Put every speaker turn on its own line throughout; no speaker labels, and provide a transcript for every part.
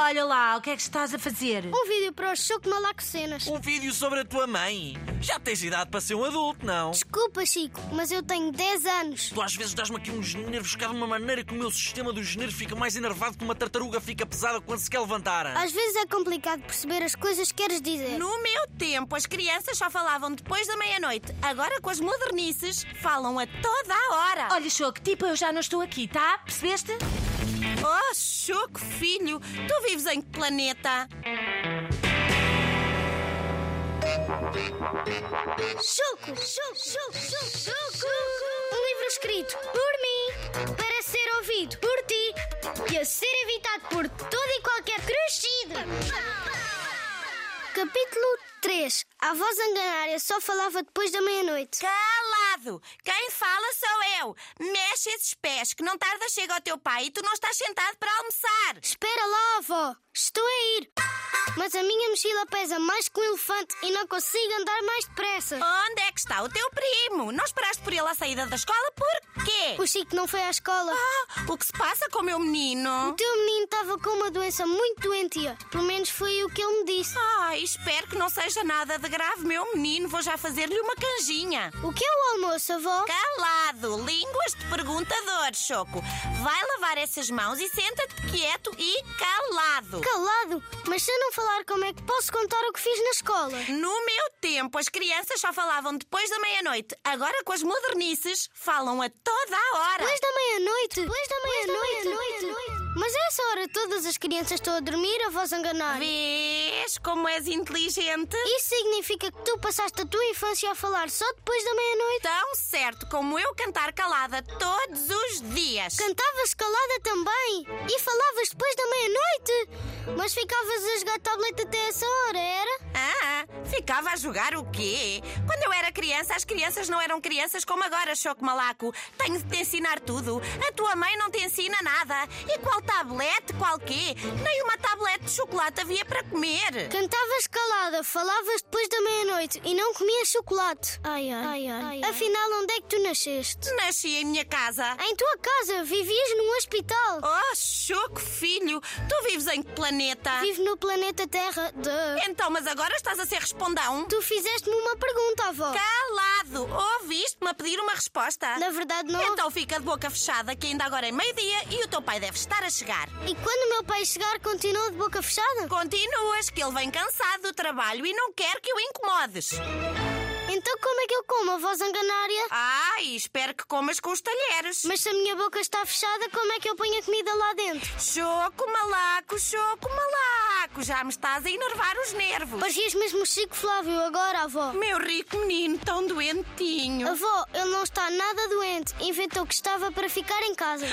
Olha lá, o que é que estás a fazer?
Um vídeo para o Choco Malacocenas.
Um vídeo sobre a tua mãe. Já tens idade para ser um adulto, não?
Desculpa, Chico, mas eu tenho 10 anos.
Tu às vezes dás-me aqui uns nervos, cá de uma maneira que o meu sistema dos nervos fica mais enervado que uma tartaruga fica pesada quando se quer levantar.
Às vezes é complicado perceber as coisas que queres dizer.
No meu tempo, as crianças só falavam depois da meia-noite. Agora, com as modernices, falam a toda a hora.
Olha, Choco, tipo, eu já não estou aqui, tá? Percebeste?
Oh, Choco, filho, tu vives em que planeta?
Choco, Choco, Choco, Choco, Choco. Um livro escrito por mim, para ser ouvido por ti e a ser evitado por todo e qualquer crescido. Capítulo 3. A voz enganária só falava depois da meia-noite.
Calado! Quem fala sou eu. Mexe esses pés, que não tarda chega ao teu pai e tu não estás sentado para almoçar.
Espera lá, avó. Estou a ir. Mas a minha mochila pesa mais que um elefante e não consigo andar mais depressa.
Onde é que está o teu primo? Não esperaste por ele à saída da escola? Por quê?
O Chico não foi à escola.
Ah, o que se passa com o meu
O
menino?
teu menino estava com uma doença muito doentia. Pelo menos foi o que ele me disse.
Ai, Ah, espero que não seja nada de grave, meu menino. Vou já fazer-lhe uma canjinha.
O que é o almoço, avó?
Calado, línguas de perguntador, Choco. Vai lavar essas mãos e senta-te quieto e calado.
Calado! Mas se eu não falar, como é que posso contar o que fiz na escola?
No meu tempo, as crianças só falavam depois da meia-noite. Agora, com as modernices, falam a toda a hora.
Depois da meia-noite! Depois da meia-noite! Mas a essa hora todas as crianças estão a dormir, a voz enganar.
Vês como és inteligente?
Isso significa que tu passaste a tua infância a falar só depois da meia-noite?
Tão certo como eu cantar calada todos os dias.
Cantavas calada também e falavas depois da meia-noite! Mas ficavas a jogar tablet até essa hora, era?
Ah, ficava a jogar o quê? Quando eu era criança, as crianças não eram crianças como agora, Choco Malaco. Tenho de te ensinar tudo. A tua mãe não te ensina nada. E qual tablete, qual quê? Nem uma tablete de chocolate havia para comer.
Cantavas calada, falavas depois da meia-noite e não comias chocolate. Ai ai. Afinal, onde é que tu nasceste?
Nasci em minha casa.
Em tua casa, vivias num hospital.
Oh, Choco, filho, tu vives em que planeta?
Vivo no planeta Terra. De...
Então, mas agora estás a ser respondão?
Tu fizeste-me uma pergunta, avó.
Calado! Ouviste-me a pedir uma resposta?
Na verdade, não.
Então fica de boca fechada, que ainda agora é meio-dia e o teu pai deve estar a chegar.
E quando o meu pai chegar, continuou de boca fechada?
Continuas, que ele vem cansado do trabalho e não quer que o incomodes.
Então, como é que eu como a voz enganária?
Ai, espero que comas com os talheres.
Mas se a minha boca está fechada, como é que eu ponho a comida lá dentro?
Choco malaco, choco malaco, já me estás a enervar os nervos.
Parecias mesmo o Chico Flávio agora, avó.
Meu rico menino, tão doentinho.
Avó, ele não está nada doente. Inventou que estava para ficar em casa.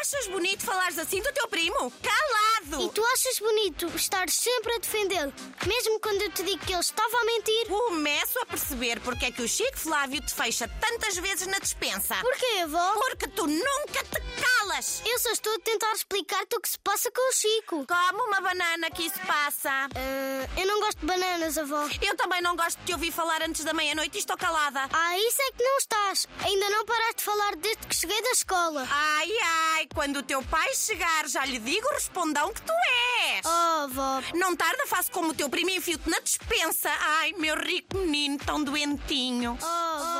Achas bonito falares assim do teu primo? Calado!
E tu achas bonito estar sempre a defendê-lo, mesmo quando eu te digo que ele estava a mentir?
Começo a perceber porque é que o Chico Flávio te fecha tantas vezes na dispensa.
Porquê, avó?
Porque tu nunca te calas!
Eu só estou a tentar explicar-te o que se passa com o Chico.
Como uma banana que isso passa.
Ah, eu não gosto de bananas, avó.
Eu também não gosto de te ouvir falar antes da meia-noite e estou calada.
Ah, isso é que não estás. Ainda não paraste de falar desde que cheguei da escola.
Ai, ai, quando o teu pai chegar, já lhe digo o respondão que tu és.
Oh, avó.
Não tarda, faço como o teu primo e enfio-te na dispensa. Ai, meu rico menino, tão doentinho. Ah,
Oh, avó.